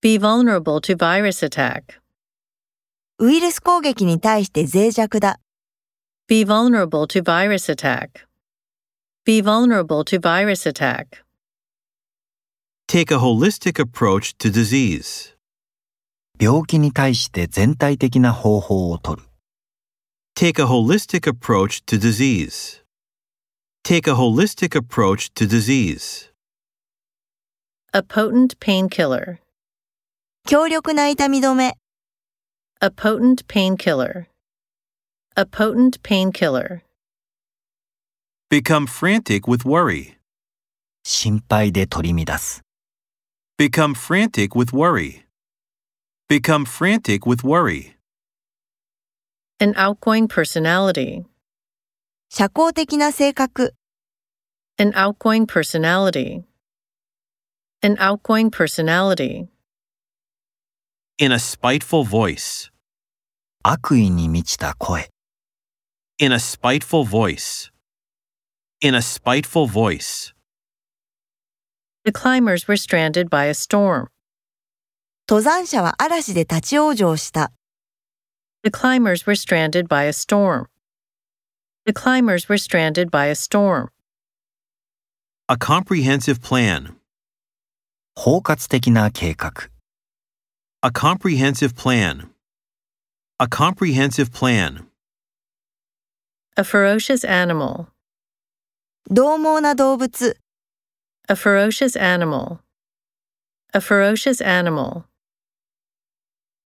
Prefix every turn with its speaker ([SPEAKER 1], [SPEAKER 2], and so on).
[SPEAKER 1] Be vulnerable to virus attack.
[SPEAKER 2] ウイルス攻撃に対して脆弱だ。
[SPEAKER 1] Be vulnerable to virus attack. Be vulnerable to virus attack.
[SPEAKER 3] Take a holistic approach to disease.
[SPEAKER 4] 病気に対して全体的な方法をとる。
[SPEAKER 3] Take a holistic approach to disease. Take a holistic approach to disease.
[SPEAKER 1] A potent painkiller.
[SPEAKER 2] 強力な痛み止め。
[SPEAKER 1] A potent painkiller. A potent painkiller.
[SPEAKER 3] Become frantic with worry.
[SPEAKER 4] 心配で取り乱す。
[SPEAKER 3] Become frantic with worry. Become frantic with worry.
[SPEAKER 1] An outgoing personality.
[SPEAKER 2] 社交的な性格。
[SPEAKER 1] An outgoing personality. An outgoing personality.
[SPEAKER 3] In a spiteful voice.
[SPEAKER 4] 悪意に満ちた声。
[SPEAKER 3] In a spiteful voice. In a spiteful voice.
[SPEAKER 1] The climbers were stranded by a storm.
[SPEAKER 2] 登山者は嵐で立ち往生した。
[SPEAKER 1] The climbers were stranded by a storm. The climbers were stranded by a storm.
[SPEAKER 3] A comprehensive plan.
[SPEAKER 4] 包括的な計画。
[SPEAKER 3] A comprehensive plan. A comprehensive plan.
[SPEAKER 1] A ferocious animal.
[SPEAKER 2] 獰猛な動物。
[SPEAKER 1] A ferocious animal. A ferocious animal.